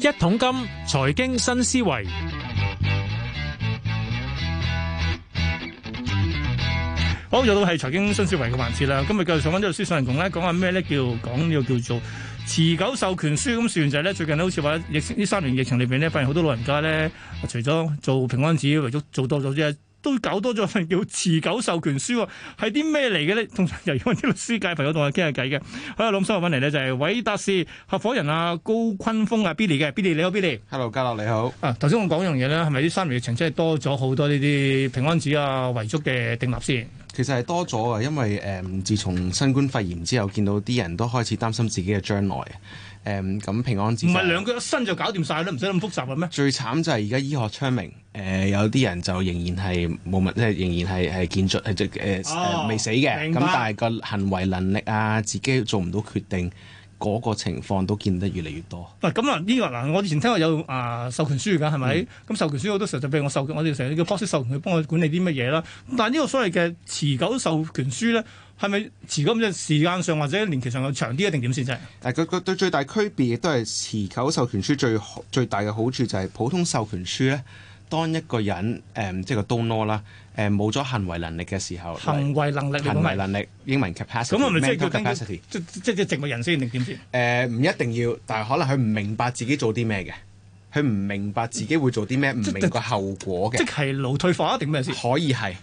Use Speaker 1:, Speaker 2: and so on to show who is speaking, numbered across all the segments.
Speaker 1: 一桶金財經新思維，
Speaker 2: 好，又到係財經新思維嘅環節啦。今日繼續上翻呢個書上嚟同咧講下咩咧，叫講呢個叫做持久授權書。咁事源就係咧，最近咧好似話疫呢三年疫情裏邊咧，發現好多老人家咧，除咗做平安紙為咗做多咗啫，都搞多咗份叫持久授權書喎。係啲咩嚟嘅咧？通常又要揾啲律師界朋友同我傾下偈嘅。好啦，咁所以揾嚟咧就係偉達仕合夥人啊高坤峰啊 Billy 嘅，Billy 你好 Billy。
Speaker 3: Hello，家樂你好。
Speaker 2: 啊，頭先我講樣嘢咧，係咪呢三年疫情真係多咗好多呢啲平安紙啊、遺囑嘅訂立先？
Speaker 3: 其實係多咗啊，因為誒、嗯自從新冠肺炎之後，見到啲人都開始擔心自己嘅將來。誒、咁平安紙
Speaker 2: 唔
Speaker 3: 就
Speaker 2: 係兩腳一伸就搞掂晒啦，唔使咁複雜嘅咩？
Speaker 3: 最慘就係而家醫學昌明，誒、有啲人就仍然係冇問，即係仍然係係健在係即誒
Speaker 2: 哦
Speaker 3: 誒未死嘅，
Speaker 2: 明
Speaker 3: 咁
Speaker 2: 白
Speaker 3: 但係個行為能力啊，自己做唔到決定嗰、個情況都見得越嚟越多。
Speaker 2: 嗱咁啊，呢個嗱，我以前聽過有啊授權書㗎，係咪？咁、授權書好多時候就俾我授，我哋成日叫 post 授權去幫我管理啲乜嘢啦。但係呢個所謂嘅持久授權書咧，係咪持久咁即係時間上或者年期上有長啲一定點先啫？
Speaker 3: 但係佢佢對最大區別亦都係持久授權書最好最大嘅好處就係普通授權書咧，當一個人誒、即係個 donor 啦，誒冇咗行為能力嘅時候，
Speaker 2: 行為能力你
Speaker 3: 行
Speaker 2: 講
Speaker 3: 為
Speaker 2: 係。
Speaker 3: 能力英文
Speaker 2: 咁
Speaker 3: capacity，
Speaker 2: 係咪即係
Speaker 3: mental
Speaker 2: 叫等於
Speaker 3: capacity？
Speaker 2: 即即即植物人先定點先？
Speaker 3: 誒唔一定要，但係可能佢唔明白自己做啲咩嘅，佢唔明白自己會做啲咩，唔
Speaker 2: 即
Speaker 3: 明個後果
Speaker 2: 即
Speaker 3: 嘅，
Speaker 2: 係腦退化定咩先？
Speaker 3: 可以係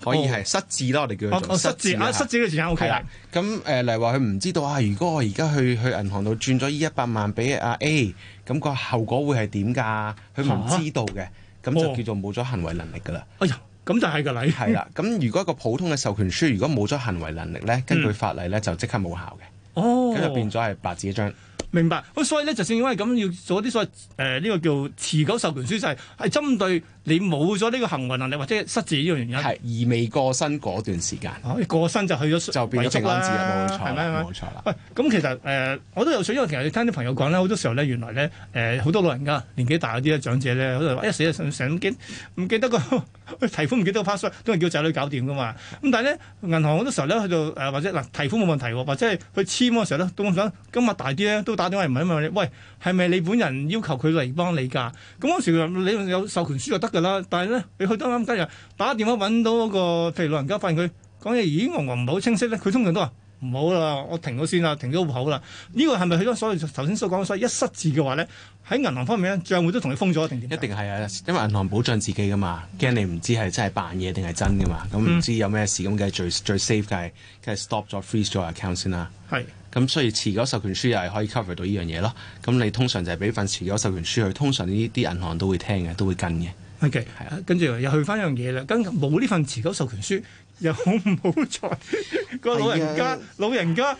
Speaker 3: 可以係失智啦，我哋叫
Speaker 2: 我
Speaker 3: 佢
Speaker 2: 我
Speaker 3: 做
Speaker 2: 哦失智啊，
Speaker 3: 啦
Speaker 2: 失智嘅時間 O
Speaker 3: 係
Speaker 2: K
Speaker 3: 啦
Speaker 2: 啦。，
Speaker 3: 咁誒、例如話佢唔知道啊，如果我而家去去銀行度轉咗依一百萬俾阿 A，咁個後果會係點㗎？佢唔
Speaker 2: 嚇
Speaker 3: 知道嘅，咁
Speaker 2: 哦
Speaker 3: 就叫做冇咗行為能力 㗎啦。
Speaker 2: 哎呀，咁就係個禮。
Speaker 3: 係啦，咁如果一個普通嘅授權書，如果冇咗行為能力咧，根據
Speaker 2: 嗯
Speaker 3: 法例咧就即刻冇效嘅，
Speaker 2: 哦，
Speaker 3: 咁就變咗係白紙一張。
Speaker 2: 明白。咁所以咧，就算因為咁要做啲所謂誒呢個叫持久授權書，就係係針對你冇咗呢個行為能力或者失智呢個原因。
Speaker 3: 係而未過身嗰段時間，
Speaker 2: 啊，你過身就去咗
Speaker 3: 就變
Speaker 2: 遺
Speaker 3: 咗
Speaker 2: 囑
Speaker 3: 平安紙啦，啊冇
Speaker 2: 係
Speaker 3: 錯
Speaker 2: 咪係
Speaker 3: 啦，
Speaker 2: 咪
Speaker 3: 冇錯啦。
Speaker 2: 喂，咁其實誒、呃我都有趣，因為其實你聽啲朋友講咧，好多時候咧，原來咧誒好多老人家年紀大嗰啲咧，長者咧，好多人話哎一死就成成唔記唔記得個 提款，唔記得個 password，都係叫仔女搞掂噶嘛。咁但係咧，銀行好多時候咧，去到誒、呃或者嗱提款冇問題喎，或者係佢簽嗰時候咧，都想金額大啲咧，都打電話嚟問一問你，喂係咪你本人要求佢嚟幫你㗎？咁嗰時佢話你有授權書就得㗎啦，但係咧你去得啱今日打電話揾到嗰、個譬如老人家發現佢講嘢咦我唔係好清晰咧，佢通常都話。唔好啦，我停咗先啦，停咗戶口啦。呢個係咪佢咗所謂頭先所講嘅所謂一失智嘅話咧，喺銀行方面咧，帳戶都同你封咗定點？
Speaker 3: 一定係啊，因為銀行保障自己噶嘛，驚你唔知係真係扮嘢定係真噶嘛，咁唔知有咩事咁，梗係最最 safe 梗係梗係 stop 咗 freeze 咗 account 先啦。
Speaker 2: 係
Speaker 3: 咁所以持久授權書又係可以 cover 到呢樣嘢咯。咁你通常就係俾份持久授權書佢，通常呢啲銀行都會聽嘅，都會跟嘅。
Speaker 2: OK，
Speaker 3: 係啊
Speaker 2: 跟住又去翻一樣嘢啦。跟冇呢份持久授權書，又好唔好在 個老人
Speaker 3: 係
Speaker 2: 家
Speaker 3: 啊？
Speaker 2: 老人家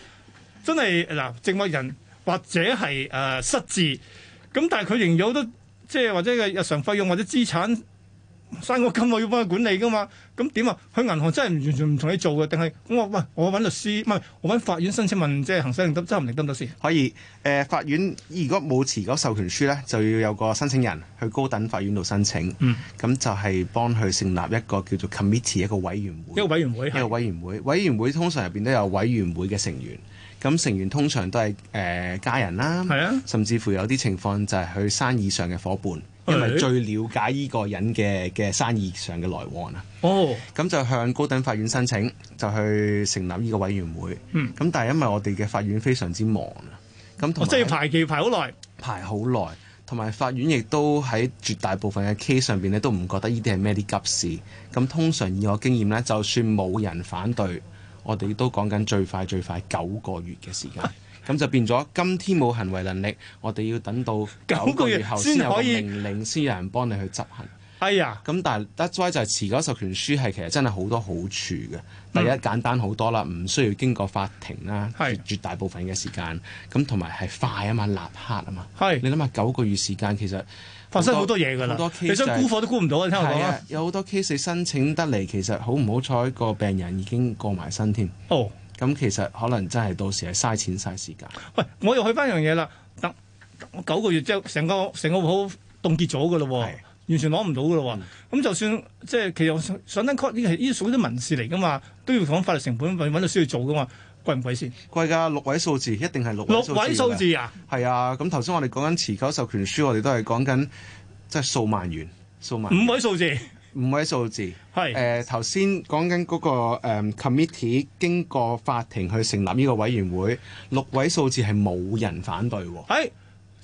Speaker 2: 真係嗱，植物人或者係誒、呃失智，咁但係佢仍有好多即係或者嘅日常費用或者資產。生果金我要幫佢管理噶嘛，咁點啊？去銀行真係完全唔同你做嘅，定係咁我喂我揾律師，唔係我揾法院申請問即係行使令得執行令得唔得先？
Speaker 3: 可以誒、呃法院如果冇持久授權書咧，就要有個申請人去高等法院度申請。咁、
Speaker 2: 嗯
Speaker 3: 就係幫佢成立一個叫做 committee 一個委員會
Speaker 2: 一。個委員會
Speaker 3: 一個
Speaker 2: 係
Speaker 3: 委員會，委員會通常入邊都有委員會嘅成員，咁成員通常都係誒、呃家人啦，
Speaker 2: 係啊
Speaker 3: 甚至乎有啲情況就係佢生意上嘅伙伴，因為
Speaker 2: 係
Speaker 3: 最了解呢個人嘅嘅生意上嘅來往啊，
Speaker 2: 哦，
Speaker 3: 咁就向高等法院申請，就去成立呢個委員會。咁、
Speaker 2: 嗯
Speaker 3: 但係因為我哋嘅法院非常之忙啊，咁同
Speaker 2: 我真係要
Speaker 3: 埋
Speaker 2: 排期排好耐。
Speaker 3: 排好耐，同埋法院亦都喺絕大部分嘅 case 上邊咧，都唔覺得呢啲係咩啲急事。咁通常以我經驗呢，就算冇人反對，我哋都講緊最快最快九個月嘅時 間。咁就變咗，今天冇行為能力，我哋要等到九個月後
Speaker 2: 先
Speaker 3: 先有
Speaker 2: 可
Speaker 3: 個
Speaker 2: 以
Speaker 3: 命令，先有人幫你去執行。
Speaker 2: 哎呀！
Speaker 3: 咁但係 that's why 就係持久授權書係其實真係好多好處嘅。第一
Speaker 2: 嗯
Speaker 3: 簡單好多啦，唔需要經過法庭啦，
Speaker 2: 係
Speaker 3: 絕絕大部分嘅時間。咁同埋係快啊嘛，立刻啊嘛。
Speaker 2: 係
Speaker 3: 你諗下九個月時間其實
Speaker 2: 發生好多嘢㗎啦
Speaker 3: 好多，case
Speaker 2: 你想
Speaker 3: 就係
Speaker 2: 估貨都估唔到啊！聽我講
Speaker 3: 係啊
Speaker 2: 啊，，
Speaker 3: 有好多 case 申請得嚟，其實好唔好彩個病人已經過埋身添。
Speaker 2: 哦，
Speaker 3: 咁其實可能真係到時係嘥錢嘥時間。
Speaker 2: 喂，我又去翻一樣嘢啦，等等九個月之後，成個成個戶口凍結咗㗎咯喎
Speaker 3: 係，嗯
Speaker 2: 完全攞唔到㗎咯喎。咁、就算即係其實我想想登 court 呢啲係呢啲屬於啲民事嚟㗎嘛，都要講法律成本揾律師去做㗎嘛。貴唔貴先？
Speaker 3: 貴㗎，六位數字一定係六
Speaker 2: 六
Speaker 3: 位數字㗎啦。
Speaker 2: 位數字啊！
Speaker 3: 係啊，咁頭先我哋講緊持久授權書，我哋都係講緊即係數萬元、數萬
Speaker 2: 五位數字
Speaker 3: 五位數字。
Speaker 2: 係
Speaker 3: 誒頭先講緊嗰個、誒 committee 經過法庭去成立呢個委員會，六位數字係冇人反對喎。
Speaker 2: 係，哎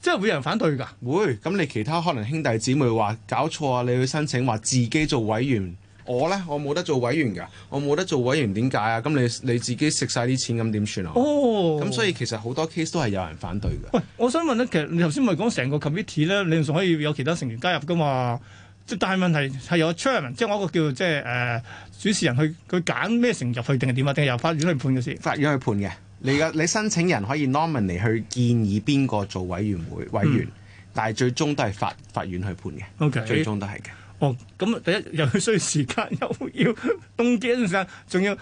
Speaker 2: 即係會有人反對㗎。
Speaker 3: 會咁你其他可能兄弟姊妹話搞錯啊，你去申請話自己做委員，我呢，我冇得做委員㗎，我冇得做委員點解啊？咁你你自己食晒啲錢咁點算啊？
Speaker 2: 哦，
Speaker 3: 咁、所以其實好多 case 都係有人反對㗎。
Speaker 2: 喂，我想問咧，其實你頭先咪講成個 committee 咧，你仲可以有其他成員加入噶嘛？即但係問題係有 chairman，即係我一個叫即係誒、呃主持人去佢揀咩成入去定係點啊？定係由法院去判嘅事？
Speaker 3: 法院去判嘅。你嘅你申請人可以 nominate 去建議邊個做委員會委員，但係最終都係法法院去判嘅
Speaker 2: 嗯 OK
Speaker 3: 最終都係嘅。
Speaker 2: 哦，咁第一又需要時間，又要凍結一陣間，仲要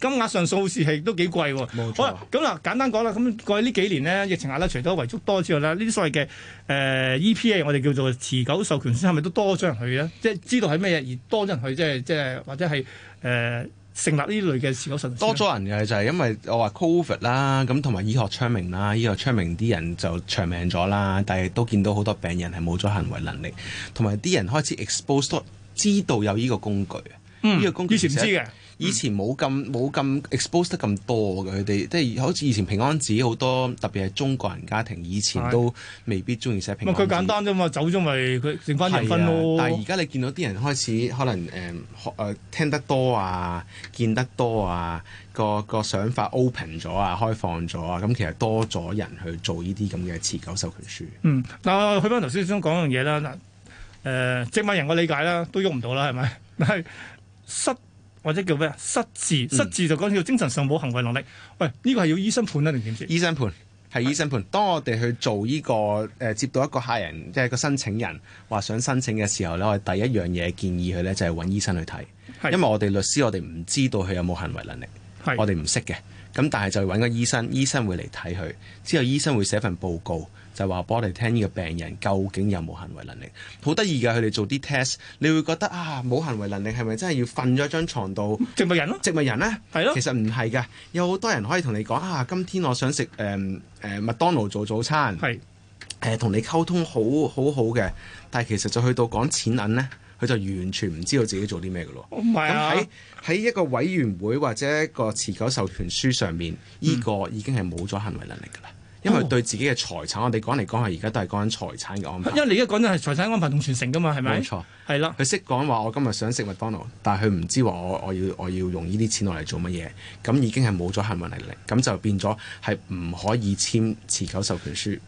Speaker 2: 金額上數字係都幾貴喎。
Speaker 3: 冇錯
Speaker 2: 好啦，咁嗱簡單講啦，咁過去呢幾年咧，疫情下咧，除咗遺囑多之外咧，呢啲所謂嘅誒、呃 EPA，我哋叫做持久授權書，係咪都多咗人去咧？即係知道係咩嘢而多咗人去，即係即係或者係誒、呃成立呢類嘅持久授權書呢
Speaker 3: 多咗人嘅就係因為我話 covid 啦，咁同埋醫學昌明啦，醫學昌明啲人就長命咗啦，但係都見到好多病人係冇咗行為能力，同埋啲人開始 expose 多，知道有呢個工具。
Speaker 2: 嗯
Speaker 3: 呢、個工具
Speaker 2: 以前唔
Speaker 3: 其
Speaker 2: 知
Speaker 3: 實
Speaker 2: 嘅，
Speaker 3: 以前冇咁冇咁 expose 得咁多嘅，佢哋即係好似以前平安紙好多，特別係中國人家庭以前
Speaker 2: 係
Speaker 3: 都未必中意寫平
Speaker 2: 咪
Speaker 3: 安紙。
Speaker 2: 佢簡單啫嘛，走咗咪佢剩翻人
Speaker 3: 係
Speaker 2: 分
Speaker 3: 啊
Speaker 2: 咯。
Speaker 3: 但係而家你見到啲人開始可能誒學誒聽得多啊，見得多啊，個個想法 open 咗啊，開放咗啊，咁其實多咗人去做呢啲咁嘅持久授權書。
Speaker 2: 嗯，嗱，去翻頭先想講樣嘢啦，嗱，誒、呃植物人我理解啦，都喐唔到啦，係咪？ 但係失或者叫咩啊？失智，
Speaker 3: 嗯
Speaker 2: 失智就講叫精神上冇行為能力。喂，呢個係要醫生判啦定點先？
Speaker 3: 醫生盤係醫生盤。當我哋去做呢、個誒、呃接到一個客人，即係個申請人話想申請嘅時候咧，我哋第一樣嘢建議佢咧就係、揾醫生去睇，
Speaker 2: 係
Speaker 3: 因為我哋律師我哋唔知道佢有冇行為能力，
Speaker 2: 係
Speaker 3: 我哋唔識嘅。咁但係就揾個醫生，醫生會嚟睇佢，之後醫生會寫份報告。就話俾我哋聽呢個病人究竟有冇行為能力，好得意㗎！佢哋做啲 test，你會覺得啊冇行為能力係咪真係要瞓咗張床度？
Speaker 2: 植物人咯，
Speaker 3: 植物人呢，
Speaker 2: 係咯
Speaker 3: 其實唔係㗎，有好多人可以同你講啊，今天我想食誒誒麥當勞做早餐，
Speaker 2: 係
Speaker 3: 誒同、你溝通好好好嘅，但係其實就去到講錢銀呢，佢就完全唔知道自己做啲咩㗎咯。
Speaker 2: 唔係
Speaker 3: 咁
Speaker 2: 啊
Speaker 3: 喺？喺一個委員會或者一個持久授權書上面，呢、個已經係冇咗行為能力㗎啦，因為
Speaker 2: 嗯哦
Speaker 3: 對自己嘅財產，我哋講嚟講去而家都係講緊財產嘅安排，
Speaker 2: 因為你而家講緊係財產安排同傳承噶嘛，係咪
Speaker 3: 冇？錯。
Speaker 2: 係啦，
Speaker 3: 佢識講話，我今日想食麥當勞，但係佢唔知話我我要我要用呢啲錢落嚟做乜嘢，咁已經係冇咗行為能力，咁就變咗係唔可以簽持久授權書，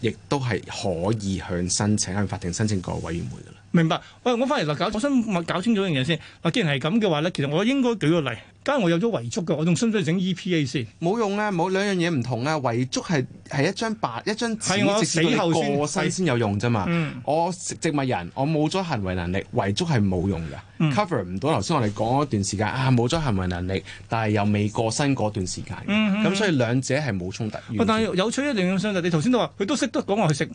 Speaker 3: 亦都係可以向申請向法庭申請個委員會㗎啦。
Speaker 2: 明白。喂，我翻嚟嗱，搞我想問搞清楚一樣嘢先。嗱，既然係咁嘅話咧，其實我應該舉個例，假如我有咗遺囑嘅，我仲需唔需要整 EPA 先？
Speaker 3: 冇用啊！冇兩樣嘢唔同啊！遺囑係係一張白一張
Speaker 2: 係我
Speaker 3: 紙，直至
Speaker 2: 死
Speaker 3: 到
Speaker 2: 後
Speaker 3: 你
Speaker 2: 先
Speaker 3: 過身先有用啫嘛。
Speaker 2: 嗯
Speaker 3: 我植物人，我冇咗行為能力，遺囑係冇用㗎、c
Speaker 2: 嗯
Speaker 3: o v e r 唔到頭先我哋講嗰段時間啊，冇咗行為能力，但係又未過身嗰段時間，咁、
Speaker 2: 嗯
Speaker 3: 所以兩者係冇衝突。
Speaker 2: 喂哦但係有趣一樣嘢想就係你頭先都話佢都識得講話去食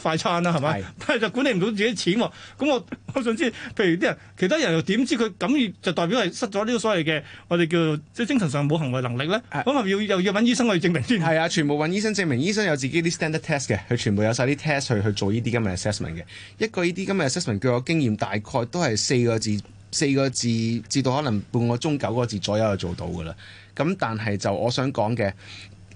Speaker 2: 快餐啦，係咪
Speaker 3: 係？
Speaker 2: 但係就管理唔到自己錢喎。咁我 我想知，譬如啲人其他人又點知佢感染就代表係失咗呢個所謂嘅我哋叫做即係精神上冇行為能力咧？
Speaker 3: 啊
Speaker 2: 咁係咪要又要揾醫生去證明先？
Speaker 3: 係啊，全部揾醫生證明，醫生有自己啲 standard test 嘅，佢全部有晒啲 test 去去做呢啲咁嘅 assessment 嘅。一個呢啲咁嘅 assessment，據我經驗大概都係四個字，四個字至到可能半個鐘九個字左右就做到㗎啦。咁但係就我想講嘅，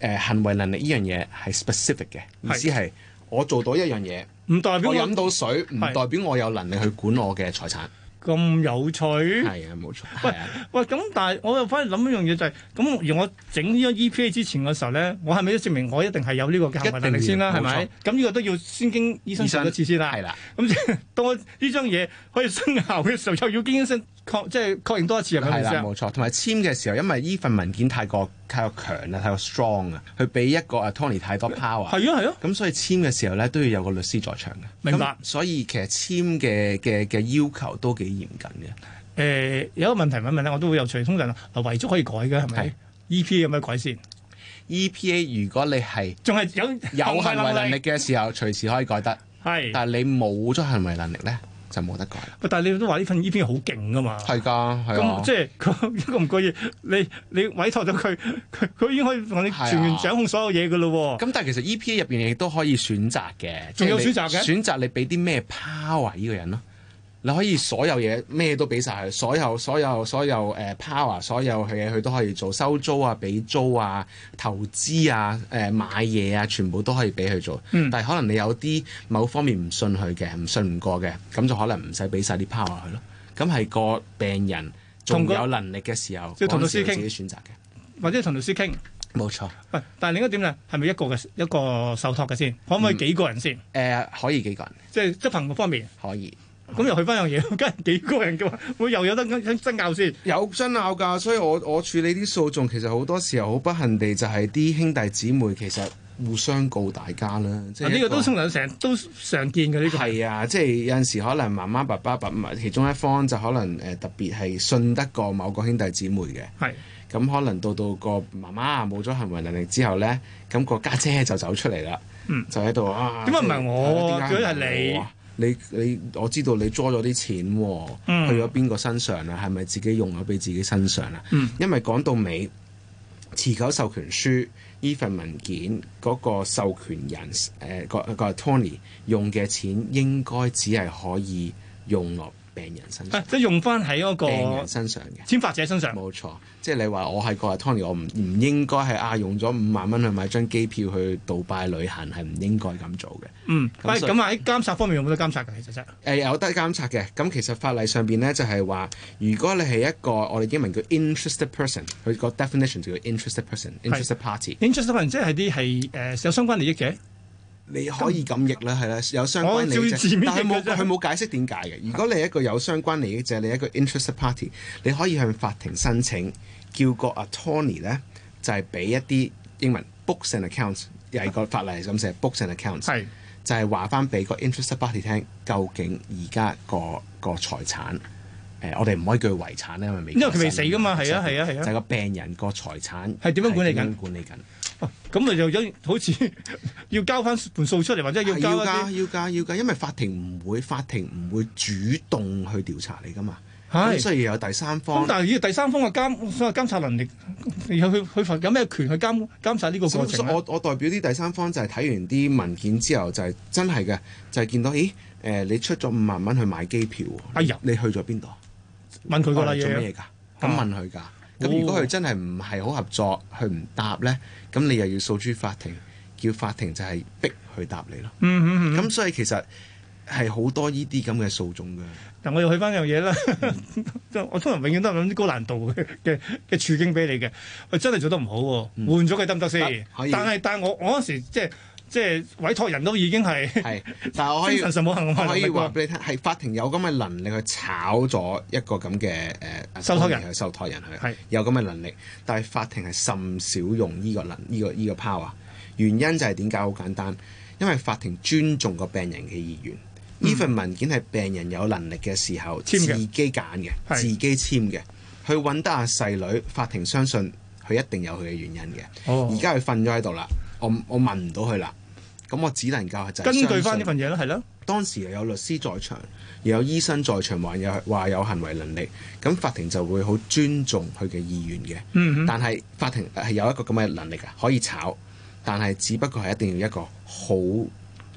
Speaker 3: 誒、行為能力呢樣嘢係 specific 嘅，意思係我做到一樣嘢，
Speaker 2: 唔代表
Speaker 3: 我
Speaker 2: 我
Speaker 3: 飲到水，唔
Speaker 2: 係
Speaker 3: 代表我有能力去管我嘅財產。
Speaker 2: 咁有趣。
Speaker 3: 係啊，冇錯。係啊。
Speaker 2: 嗯喂，咁但係我又翻嚟諗一樣嘢就係、咁而我整呢個 EPA 之前嘅時候咧，我係咪都證明我一定係有呢個嘅行為能力先啦？
Speaker 3: 一定要
Speaker 2: 係咪
Speaker 3: 冇？
Speaker 2: 咁呢個都要先經醫生上一次先啦。
Speaker 3: 係啦，
Speaker 2: 咁即係當我呢張嘢可以生效嘅時候，又要經醫生確 即係確認多一次，係咪
Speaker 3: 係
Speaker 2: 意思
Speaker 3: 啦，
Speaker 2: 啊？
Speaker 3: 冇錯。同埋簽嘅時候，因為呢份文件太過太過強啦，太過 strong 啊，佢俾一個啊 Tony 太多 power。
Speaker 2: 係啊係啊，
Speaker 3: 咁所以簽嘅時候咧，都要有個律師在場嘅。
Speaker 2: 明白
Speaker 3: 咁所以其實簽嘅嘅嘅要求都幾嚴謹嘅。
Speaker 2: 誒、有一個問題問一問咧，我都會有趣。通常嗱遺囑可以改嘅係咪
Speaker 3: 係
Speaker 2: ？EPA 有咩改先？
Speaker 3: EPA E 如果你係
Speaker 2: 仲係有
Speaker 3: 有行為能力
Speaker 2: 力
Speaker 3: 嘅時候，隨時可以改得。
Speaker 2: 係
Speaker 3: 但係你冇咗行為能力咧，就冇得改。
Speaker 2: 喂但係你都話呢份 E P 好勁噶嘛？
Speaker 3: 係㗎，係啊
Speaker 2: 咁即。係 佢一個唔覺意，你你委託咗佢，佢佢已經可以同你
Speaker 3: 係啊
Speaker 2: 全權掌控所有嘢噶咯喎。
Speaker 3: 咁但係其實 EPA 入邊亦都可以選擇嘅，
Speaker 2: 仲有
Speaker 3: 即係你
Speaker 2: 選擇嘅
Speaker 3: 選擇你俾啲咩 power 啊呢個人咯？你可以所有嘢咩都俾晒佢，所有所有所有誒、呃 power，所有嘅嘢佢都可以做，收租啊、俾租啊、投資啊、誒、買嘢啊，全部都可以俾佢做。
Speaker 2: 嗯
Speaker 3: 但係可能你有啲某方面唔信佢嘅，唔信唔過嘅，咁就可能唔使俾晒啲 power 佢咯。咁係個病人仲
Speaker 2: 同個
Speaker 3: 有能力嘅時候，
Speaker 2: 即係同
Speaker 3: 嗰陣時
Speaker 2: 律師
Speaker 3: 佢
Speaker 2: 傾
Speaker 3: 自己選擇嘅，
Speaker 2: 或者同律師傾，
Speaker 3: 冇錯。誒、
Speaker 2: 喂，但係另一點咧，係咪一個嘅一個受託嘅先？可唔
Speaker 3: 嗯
Speaker 2: 可以幾個人先？
Speaker 3: 可以幾個人
Speaker 2: 即係執行嗰方面，
Speaker 3: 可以。
Speaker 2: 咁又去翻樣嘢，梗係幾個人嘅話，會又有得爭拗先。
Speaker 3: 有爭拗㗎，所以我我處理啲訴訟其實好多時候好不幸地就係啲兄弟姊妹其實互相告大家啦，即係
Speaker 2: 啊呢
Speaker 3: 一
Speaker 2: 個都通常成都常見嘅呢個。
Speaker 3: 係啊，即係有陣時可能媽媽爸爸爸媽其中一方就可能誒、呃特別係信得過某個兄弟姊妹嘅，
Speaker 2: 係
Speaker 3: 咁可能到到個媽媽冇咗行為能力之後呢，咁、個家姐就走出嚟啦，
Speaker 2: 嗯
Speaker 3: 就喺度啊，
Speaker 2: 點解唔係
Speaker 3: 即係
Speaker 2: 我
Speaker 3: 啊點解唔
Speaker 2: 點解係你
Speaker 3: 我啊你你我知道你捉咗啲錢喎、
Speaker 2: 嗯
Speaker 3: 去咗邊個身上啊？係咪自己用咗俾自己身上啊？
Speaker 2: 嗯
Speaker 3: 因為講到尾，持久授權書呢份文件嗰、個授權人誒、呃、個個 Tony 用嘅錢應該只係可以用落病人身
Speaker 2: 啊
Speaker 3: 上，
Speaker 2: 即係用翻喺嗰個
Speaker 3: 病人身上嘅。
Speaker 2: 簽發者身上。
Speaker 3: 冇錯，即係你話我係個阿 Tony，我唔唔應該係啊用咗五萬蚊去買張機票去杜拜旅行，係唔應該咁做嘅。
Speaker 2: 嗯，
Speaker 3: 咁
Speaker 2: 喂，
Speaker 3: 所以
Speaker 2: 咁啊喺監察方面有冇得監察㗎？其實真係
Speaker 3: 誒、有得監察嘅，咁其實法例上邊咧就係話，如果你係一個我哋英文叫 interested person，佢個 definition 就叫 interested person，interested party，
Speaker 2: interest 可能即係啲係誒有相關利益嘅。
Speaker 3: 你可以咁譯啦，係啦，有相關利益
Speaker 2: 我照字
Speaker 3: 者，
Speaker 2: 面
Speaker 3: 但係
Speaker 2: 譯
Speaker 3: 冇
Speaker 2: 嘅啫
Speaker 3: 佢冇解釋點解嘅。如果你係一個有相關利益者，你係一個 interested party，你可以向法庭申請，叫個 attorney 咧就係、俾一啲英文 books and accounts，又係個法例係咁寫 books and accounts。
Speaker 2: 係
Speaker 3: 就係話翻俾個 interested party 聽，究竟而家個個財產，誒、我哋唔可以叫佢遺產咧，因為未
Speaker 2: 因為佢未死㗎嘛
Speaker 3: 發生
Speaker 2: 係啊係啊係啊
Speaker 3: 就係個病人個財產
Speaker 2: 係點樣管理緊
Speaker 3: 係點樣管理緊？
Speaker 2: 哦咁咪就有好似 要交翻盤數出嚟，或者要
Speaker 3: 係
Speaker 2: 交
Speaker 3: 要
Speaker 2: 一啲
Speaker 3: 㗎要㗎要㗎，因為法庭唔會法庭唔會主動去調查你㗎嘛，咁
Speaker 2: 係。
Speaker 3: 所以有第三
Speaker 2: 咁
Speaker 3: 方。
Speaker 2: 但係要第三方嘅監所謂監察能力，有佢佢有咩權去監監察呢個過
Speaker 3: 所以所
Speaker 2: 程啊
Speaker 3: 以
Speaker 2: 咧？
Speaker 3: 我我代表啲第三方就係睇完啲文件之後，就係、真係嘅，就係、見到咦誒、你出咗五萬蚊去買機票喎，
Speaker 2: 哎呀
Speaker 3: 你去咗邊度？哦
Speaker 2: 問佢個啦
Speaker 3: 我哋做
Speaker 2: 嘢。啊哦
Speaker 3: 咩㗎？咁問佢㗎。咁如果佢真係唔係好合作，佢唔答咧，咁你又要訴諸法庭，叫法庭就係逼佢答你咯。
Speaker 2: 嗯嗯嗯。
Speaker 3: 咁所以其實係好多呢啲咁嘅訴訟嘅。
Speaker 2: 嗱，我又去翻樣嘢啦，
Speaker 3: 嗯
Speaker 2: 我通常永遠都係諗啲高難度嘅嘅嘅處境俾你嘅，喂，真係做得唔好喎、
Speaker 3: 嗯
Speaker 2: 換咗佢得唔得先
Speaker 3: 得？可以
Speaker 2: 但係但係我我嗰時即係即係委託人都已經係
Speaker 3: 係，但係我可
Speaker 2: 精
Speaker 3: 以
Speaker 2: 神上冇幸
Speaker 3: 我
Speaker 2: 運啊
Speaker 3: 可以話
Speaker 2: 啦，
Speaker 3: 俾你聽，係法庭有咁嘅能力去炒咗一個咁嘅誒
Speaker 2: 受託人
Speaker 3: 去受託人去
Speaker 2: 係
Speaker 3: 有咁嘅能力，但係法庭係甚少用呢個能呢、個呢、個 power。原因就係點解好簡單，因為法庭尊重個病人嘅意願。呢份文件係病人有能力嘅時候
Speaker 2: 嗯簽
Speaker 3: 自
Speaker 2: 嘅
Speaker 3: 己揀嘅，
Speaker 2: 係
Speaker 3: 自己簽嘅。佢揾得阿細女，法庭相信佢一定有佢嘅原因嘅。
Speaker 2: 哦
Speaker 3: 而家佢瞓咗喺度啦，我唔我問唔到佢啦，咁我只能夠就係
Speaker 2: 根據翻
Speaker 3: 相信
Speaker 2: 呢份嘢啦，係咯，
Speaker 3: 當時又有律師在場，又有醫生在場，話有話有行為能力，咁法庭就會好尊重佢嘅意願嘅。
Speaker 2: 嗯嗯，
Speaker 3: 但係法庭係有一個咁嘅能力啊，可以炒，但係只不過係一定要一個好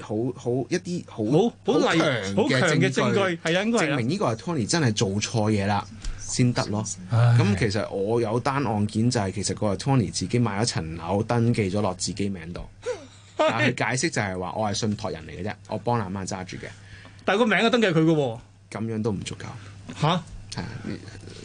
Speaker 3: 好好一啲好
Speaker 2: 好好例好強嘅證
Speaker 3: 據，
Speaker 2: 據係啊，應該係
Speaker 3: 證
Speaker 2: 啦
Speaker 3: 明呢個係 Tony 真係做錯嘢啦，先得咯。
Speaker 2: 唉
Speaker 3: 咁其實我有單案件就係其實個 Tony 自己買咗層樓，登記咗落自己 名度，但係佢解釋就係話我係信託人嚟嘅啫，我幫阿媽揸住嘅。
Speaker 2: 但係個名啊登記係佢嘅喎
Speaker 3: 咁樣都唔足夠，
Speaker 2: 嚇，
Speaker 3: 係啊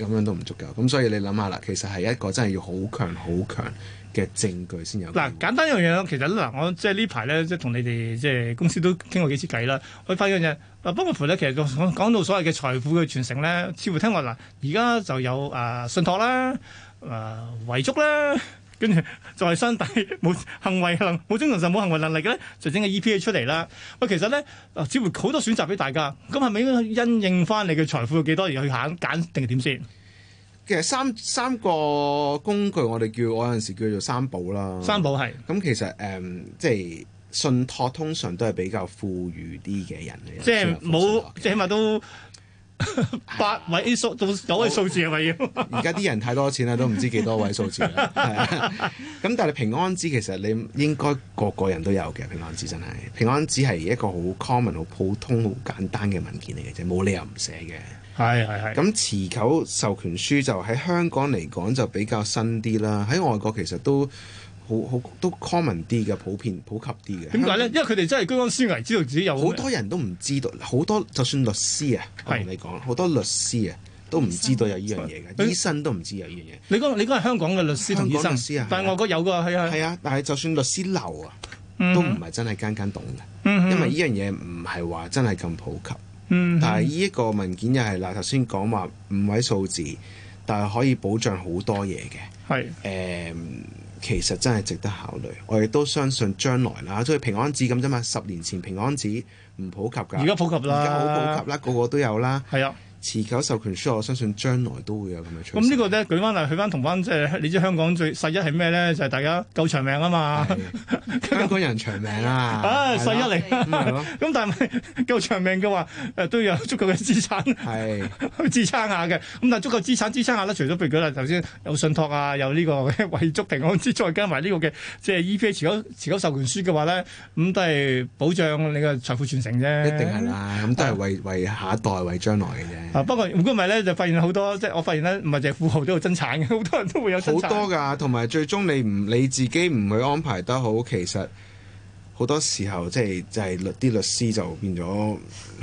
Speaker 3: 咁樣都唔足夠。咁所以你諗下啦，其實係一個真係要好強、好強嘅證據先有。
Speaker 2: 嗱，簡單一樣嘢啦，其實嗱，我即係呢排咧，即係同你哋即係公司都傾過幾次偈啦。我發現一樣嘢，嗱，不過乎咧，其實講講到所謂嘅財富嘅傳承咧，似乎聽話嗱，而家就有啊、信託啦、啊、遺囑啦，跟住再生底冇行為能冇精神上冇行為能力嘅咧，就整個 EPA 出嚟啦。喂，其實咧，啊似乎好多選擇俾大家，咁係咪應該因應翻你嘅財富有幾多而去揀揀定係點先？
Speaker 3: 其實三三個工具，我哋叫我有陣時叫做三寶啦。
Speaker 2: 三寶係
Speaker 3: 咁其實誒、嗯即係信託通常都係比較富裕啲嘅人嚟嘅，
Speaker 2: 即係冇
Speaker 3: 信託，嘅
Speaker 2: 即係起碼都八位數到九位數字係咪要？
Speaker 3: 而家啲人太多錢啦，都唔知幾多位數字 啦。係啊咁但係平安紙其實你應該個個人都有嘅，平安紙真係平安紙係一個好 common、好普通、好簡單嘅文件嚟嘅啫，冇理由唔寫嘅。
Speaker 2: 係係係。
Speaker 3: 咁持久授權書就喺香港嚟講就比較新啲啦，喺外國其實都好好都 common 啲嘅，普遍普及啲嘅。
Speaker 2: 點解咧？因為佢哋真係居安思危，知道自己有
Speaker 3: 好多人都唔知道，好多就算律師啊，我
Speaker 2: 係
Speaker 3: 同你講，好多律師啊都唔知道有呢樣嘢
Speaker 2: 佢
Speaker 3: 嘅，醫生都唔知有呢樣嘢。
Speaker 2: 你講你講係香港嘅律師同醫
Speaker 3: 香港
Speaker 2: 生，
Speaker 3: 律師啊
Speaker 2: 但係
Speaker 3: 係啊
Speaker 2: 外國有㗎，係啊，
Speaker 3: 係啊，但係就算律師樓啊，
Speaker 2: 嗯
Speaker 3: 都唔係真係間間懂嘅，
Speaker 2: 因
Speaker 3: 因為呢樣嘢唔係話真係咁普及。
Speaker 2: 嗯
Speaker 3: 但係呢一個文件又係嗱，頭先講話五位數字，但係可以保障好多嘢嘅。
Speaker 2: 係
Speaker 3: 誒、其實真係值得考慮。我亦都相信將來啦，即係平安紙咁啫嘛。十年前平安紙唔普及㗎，
Speaker 2: 而家普及啦，
Speaker 3: 而家好普及啦，個個都有啦。
Speaker 2: 係啊。
Speaker 3: 持久授權書，我相信將來都會有咁嘅趨勢。
Speaker 2: 咁呢個咧，舉翻嚟，去翻同翻即係你知香港最世一係咩咧？就係、大家救長命啊嘛。
Speaker 3: 係 香港人長命啦，
Speaker 2: 啊，世一
Speaker 3: 係啦
Speaker 2: 嚟。
Speaker 3: 咁咪係咯，
Speaker 2: 咁但係夠長命嘅話，誒、都有足夠嘅資產
Speaker 3: 係
Speaker 2: 去 支撐下嘅。咁但係足夠資產支撐下咧，除咗譬如舉例頭先有信託啊，有呢個 遺囑平安之再加埋呢個嘅即係 EPA 持久持久授權書嘅話咧，咁都係保障你嘅財富傳承啫。
Speaker 3: 一定係。啦，
Speaker 2: 嗯
Speaker 3: 咁都係為為下一代、為將來嘅啫。
Speaker 2: 啊！不過如果唔係咧，就發現好多即係我發現咧，唔係淨係富豪都有爭產嘅，好多人都會有
Speaker 3: 好
Speaker 2: 爭產。
Speaker 3: 多㗎，同埋最終你唔你自己唔去安排得好，其實好多時候即係就係律啲律師就變咗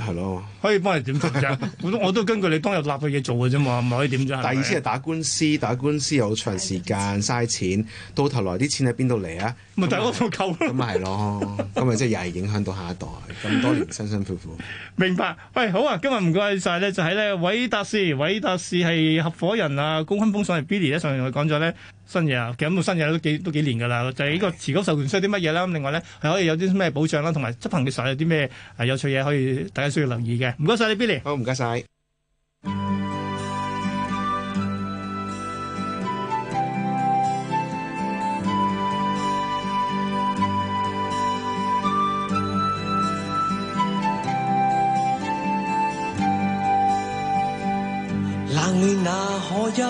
Speaker 3: 係咯。
Speaker 2: 可以幫你 點做啫？我都我都根據你當日立嘅嘢做嘅啫嘛，唔係可以點啫？係
Speaker 3: 第
Speaker 2: 咪
Speaker 3: 二先係打官司，打官司又好長時間嘥錢，到頭來啲錢喺邊度嚟啊？
Speaker 2: 咪就係嗰度夠咯
Speaker 3: 咁咪係咯，咁咪即係又係影響到下一代，咁多年辛辛苦苦。
Speaker 2: 明白，喂，好啊！今日唔該晒咧，就喺咧韋達士，韋達士係合伙人啊，高坤峰上嚟 Billy 咧上嚟講咗咧新嘢啊，其實冇新嘢都幾都幾年㗎啦，就係、呢個持久授權需要啲乜嘢啦，咁另外咧係可以有啲咩保障啦，同埋執行嘅時候有啲咩啊有趣嘢可以大家需要留意嘅。唔該晒你 Billy。
Speaker 3: 好，唔該晒。
Speaker 4: 冷暖那可休？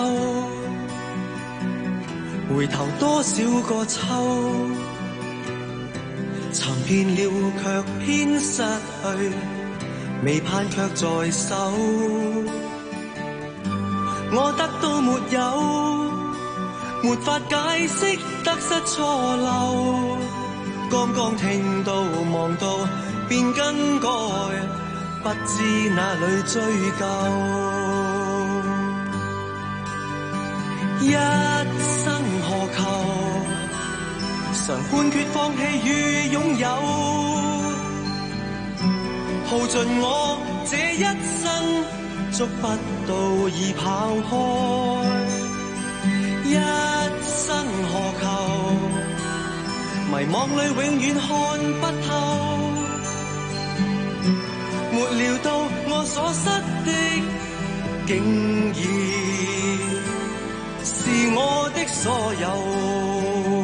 Speaker 4: 回頭多少個秋，尋遍了卻偏失去，未盼卻在手。我得到沒有，沒法解釋得失錯漏。剛剛聽到望到便更改，不知哪裏追究。一生何求？常判決放棄與擁有，耗盡我這一生，捉不到已跑開。一生何求？迷惘裏永遠看不透，沒料到我所失的，竟已。是我的所有。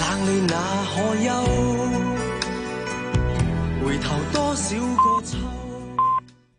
Speaker 4: 冷暖那可休？回頭多少個秋？